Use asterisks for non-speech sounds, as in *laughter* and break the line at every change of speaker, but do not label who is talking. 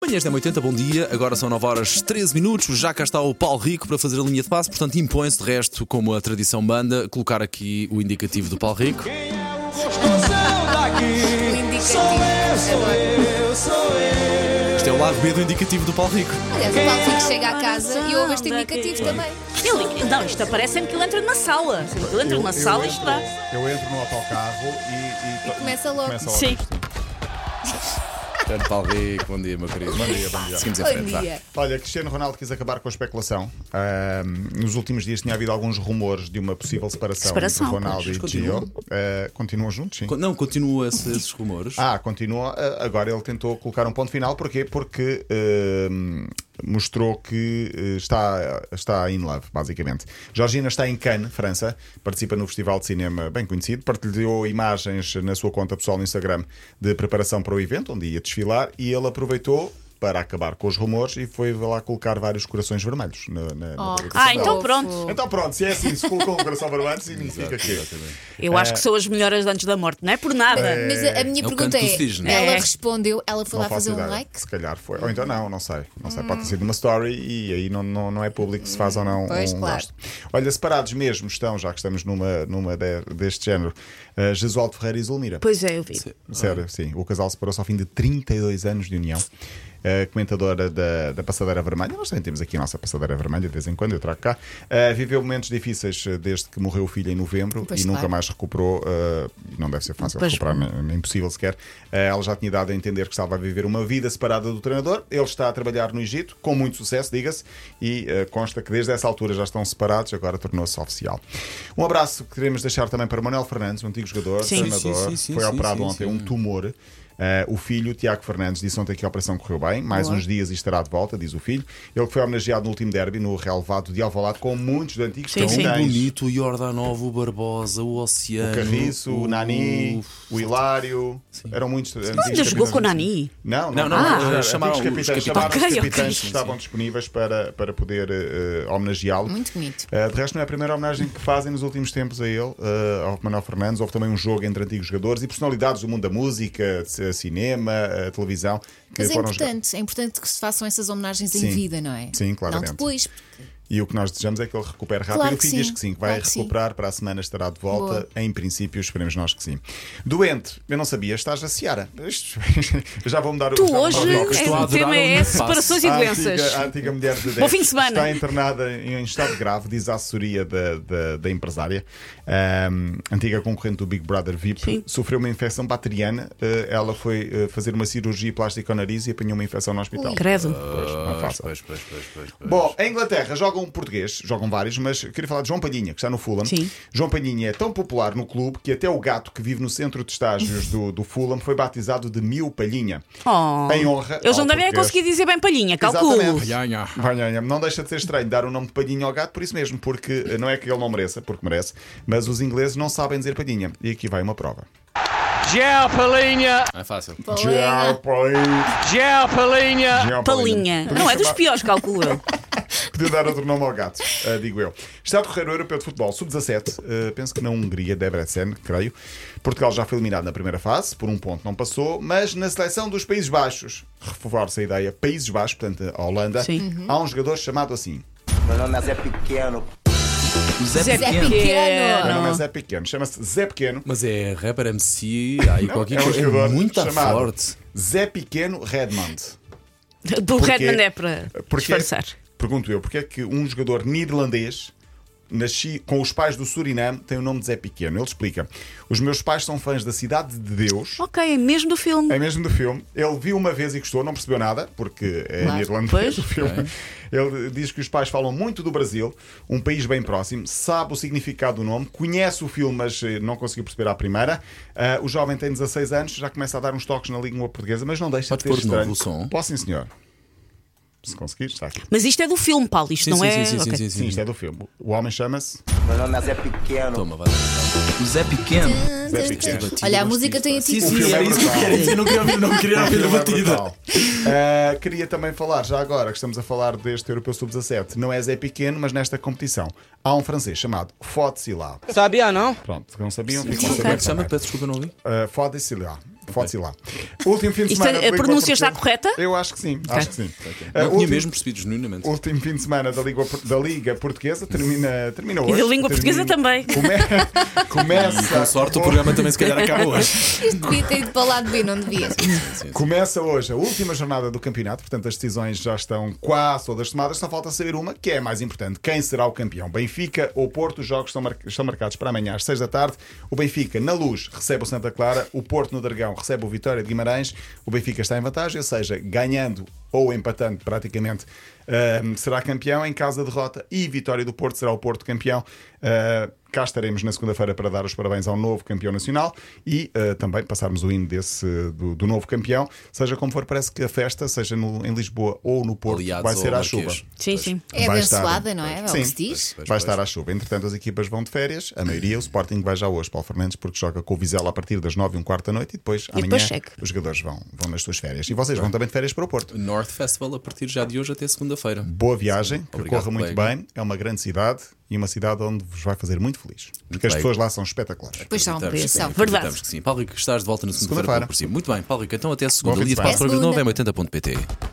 Manhãs da 80, bom dia. Agora são 9 horas 13 minutos. Já cá está o Paulo Rico para fazer a linha de passe. Portanto, impõe-se de resto, como a tradição manda, colocar aqui o indicativo do Paulo Rico.
Quem é o gostosão
O
daqui?
Um indicativo.
sou eu, sou eu, sou eu.
Este é o lado B do indicativo do Paulo Rico.
Aliás, o
é?
Paulo Rico chega à casa e ouve este indicativo também.
Ele, não, isto aparece sempre que ele entra na sala. Sempre que ele entra
Eu-
na
eu
sala,
entro-
isto dá.
Eu entro no autocarro e.
E começa logo.
Sim.
Portanto, Paulo Rico, bom dia, meu querido.
Bom dia, bom dia.
Seguimos em
Bom
frente, vá.
dia.
Olha, Cristiano Ronaldo quis acabar com a especulação. Ahm, nos últimos dias tinha havido alguns rumores de uma possível separação,
Separação,
entre Ronaldo
pois,
e
continuam.
Gio. Ah, continuam juntos, sim.
Co- Não, continua-se esses rumores.
Ah, continua. Ah, Agora ele tentou colocar um ponto final. Porquê? Porque ahm, mostrou que eh, está, está in love, basicamente. Georgina está em Cannes, França. Participa no festival de cinema bem conhecido. Partilhou imagens na sua conta pessoal no Instagram de preparação para o evento, onde ia desfilar. E ele aproveitou para acabar com os rumores e foi lá colocar vários corações vermelhos na, na, na publicação
Ah, então
dela.
pronto.
Então pronto, se é assim, se colocou um coração vermelho, significa que.
Eu acho que sou as melhores antes da morte, não é por nada.
Mas a, a minha
É o
pergunta
canto do cisne.
é: ela
É.
respondeu, ela foi
Não
lá
faço
fazer um
ideia.
like? Hum.
Se calhar foi. Ou então não, não sei. Não sei. Pode ter sido uma story e aí não, não, não é público se faz ou não
Pois,
um
claro.
gosto. Olha, separados mesmo estão, já que estamos numa, numa de- deste género, uh, Jesualdo Ferreira e Zulmira.
Pois é, eu vi.
Sério, sim. O casal separou-se ao fim de 32 anos de união. A comentadora da, da Passadeira Vermelha, nós também temos aqui a nossa Passadeira Vermelha, de vez em quando eu trago cá. Uh, viveu momentos difíceis uh, desde que morreu o filho em novembro
Pois,
e nunca
claro.
mais recuperou. uh, e não deve ser fácil
Pois.
recuperar, nem- é impossível sequer. Uh, ela já tinha dado a entender que estava a viver uma vida separada do treinador. Ele está a trabalhar no Egito, com muito sucesso, diga-se, e uh, consta que desde essa altura já estão separados, agora tornou-se oficial. Um abraço que queremos deixar também para Manuel Fernandes, um antigo jogador,
Sim.
treinador,
Sim, sim, sim,
foi
sim,
operado
sim,
ontem
sim.
um tumor. Eh, o filho, Tiago Fernandes, disse ontem que a operação correu bem, mais uns dias e estará de volta, diz o filho. Ele que foi homenageado no último derby, no relevado de Alvalade, com muitos de antigos
Sim, sim.
Tão
capitães.
bonito o Jordanovo, o Barbosa, o Oceano.
O Carriço, o Nani, o Hilário. Eram muitos. antigos
ainda jogou
é
capitães.
com o Nani?
Não,
Não,
não,
não,
não,
não,
era
chamaram
antigos
os
capitães,
capitães.
chamaram os
Ok, ok.
capitães que estavam disponíveis para, para poder eh, homenageá-lo.
Muito bonito.
Uh, de resto, não é a primeira homenagem que fazem nos últimos tempos a ele, uh, ao Manuel Fernandes. Houve também um jogo entre antigos jogadores e personalidades do mundo da música, de c- cinema, uh, televisão. Que
Mas é
foram jogar.
importante, é importante que se façam essas homenagens em
um Sim.
vida, não é?
Sim,
claro. Não
claramente.
depois.
E o que nós desejamos é que ele recupere rápido.
Claro
o
que
filho diz
sim,
que sim, que vai
claro que sim.
recuperar, para a semana estará de volta.
Boa.
Em princípio, esperemos nós que sim. Doente, eu não sabia, estás a Seara. Isto- *laughs* Já vou mudar
Tu
já vou
hoje,
mudar o tópico.
Estou
é,
a
o
adorar um Ah,
tema
o
é
nosso
separações e
A
doenças.
antiga, a antiga mulher de 10
Bom fim de semana.
está internada em estado grave, diz a assessoria da, da, da empresária, Ahm, antiga concorrente do Big Brother VIP,
Sim.
sofreu uma infecção bacteriana. Eh, ela foi eh, fazer uma cirurgia plástica ao nariz e apanhou uma infecção no
ah,
hospital.
Credo.
Pois, não é fácil.
Pois, pois, pois, pois, pois.
Bom, a Inglaterra jogam um português, jogam vários, mas queria falar de João Palhinha, que está no Fulham.
Sim.
João Palhinha é tão popular no clube que até o gato que vive no centro de estágios do, do Fulham foi batizado de Mil Palhinha.
Oh.
um
Em honra
Eles não
ao
devem
português.
conseguir dizer bem palhinha, calculo.
Exatamente. Vanhanha. Não deixa de ser estranho dar o nome de Palhinha ao gato, por isso mesmo, porque eh, não é que ele não mereça, porque merece, mas os ingleses não sabem dizer Palhinha. E aqui vai uma prova.
Gel Palinha,
Não é fácil.
Tchau, Palhinha.
Gel Palinha.
Tchau,
Palhinha. Não é dos
chamar-
piores,
*laughs*
calculo eu.
Podia dar outro nome ao gato, eh, digo eu. Está a decorrer o Europeu de Futebol Sub-17, eh, penso que na Hungria, Debrecen, creio. Portugal já foi eliminado na primeira fase, por um ponto não passou, mas na seleção dos Países Baixos, reforça a ideia, Países Baixos, portanto a Holanda,
Sim.
há um jogador chamado assim.
Meu nome é Zé Pequeno.
Zé Pequeno!
Ah.
O nome é Zé Pequeno, chama-se Zé Pequeno.
Mas é rapper MC, há aí qualquer
é um
coisa. É
jogador
muito
chamado
forte.
Zé Pequeno Redmond.
Do
Porquê?
Redman é para
Porquê-
disfarçar.
Pergunto eu, porque é que um jogador neerlandês nasci com os pais do Suriname tem o nome de Zé Pequeno? Ele explica: Os meus pais são fãs da Cidade de Deus.
Ok, é mesmo do filme.
É mesmo do filme. Ele viu uma vez e gostou, não percebeu nada, porque é
Claro.
neerlandês
Pois.
o filme. Ele diz que os pais falam muito do Brasil, um país bem próximo, sabe o significado do nome, conhece o filme, mas eh, não conseguiu perceber à primeira. Ah, o jovem tem 16 anos, já começa a dar uns toques na língua portuguesa, mas não deixa
Podes
de
pôr
ser
de novo
estranho.
o som?
Posso sim, senhor. Se conseguir, está aqui.
Mas isto é do filme, Paulo. Isto
Sim,
não
sim, sim,
é.
sim,
ok.
sim,
Sim,
sim,
isto é do filme. O homem chama-se.
Meu nome é Zé Pequeno.
Toma, vai.
Zé Pequeno.
Zé Pequeno.
Olha, a música tem a
Sim,
título.
sim,
filme
era
é
isso que eu queria
brutal.
dizer. Não queria ouvir, não *laughs* queria ouvir a
Aquilo é
batida.
brutal. Uh, queria também falar, já agora que estamos a falar deste Europeu Sub-17, não é Zé Pequeno, mas nesta competição há um francês chamado Fode Silá.
Sabia não?
Pronto, não sabiam?
Como é que se chama? Peço desculpa, não ouvi.
Fode Silá. fotos e lá. Ah, Último fim de
Isto é-
semana.
a
do Encontro
pronúncia está
Português.
correta?
Eu acho que sim. Acho que sim. Uh,
Não tinha
último-
mesmo percebido genuinamente.
Último fim de semana da Liga, da Liga Portuguesa termina, termina hoje.
da língua portuguesa também.
Come-
*laughs*
começa.
Com sorte, o programa também se calhar
*laughs*
acaba hoje.
Isto devia ter ido para o lado B, não devias.
Começa hoje a última jornada do campeonato, portanto as decisões já estão quase todas tomadas, só falta saber uma, que é a mais importante. Quem será o campeão? Benfica ou Porto? Os jogos estão, mar- estão marcados para amanhã às 6 da tarde. O Benfica, na luz, recebe o Santa Clara, o Porto no Dragão recebe o Vitória de Guimarães, o Benfica está em vantagem, ou seja, ganhando ou empatando praticamente. ahm, será campeão em caso da derrota e vitória do Porto será o Porto campeão. Ah, Cá estaremos na segunda-feira para dar os parabéns ao novo campeão nacional e eh, também passarmos o hino desse, do, do novo campeão. Seja como for, parece que a festa, seja no- em Lisboa ou no Porto,
Aliados
vai ser
ao
à chuva.
Marquês.
Sim, sim.
É
Vai
abençoada,
estar-
não é? É o
Sim,
que se diz.
vai estar à chuva. Entretanto, as equipas vão de férias. A maioria, o Sporting vai já hoje, Paulo Fernandes, porque joga com o Vizela a partir das 9 e um quarto da noite e depois amanhã
depois segue.
os jogadores vão, vão nas suas férias. E vocês vão também de férias para o Porto.
North Festival a partir já de hoje até segunda-feira.
Boa viagem, que
Obrigado,
corra muito
colega.
bem. É uma grande cidade e uma cidade onde vos vai fazer muito feliz. Porque as
bem.
pessoas lá são espetaculares.
Pois são,
Acreditamos que
pois
sim,
são.
acreditamos
Verdade.
que sim. Paulo Rico, estás de volta na segunda-feira.
Segunda-feira.
pelo Por cima. Muito bem, Paulo Rico, então até a segunda.
Bom fim de
Linha de passo
semana.
para 89 é 80.pt.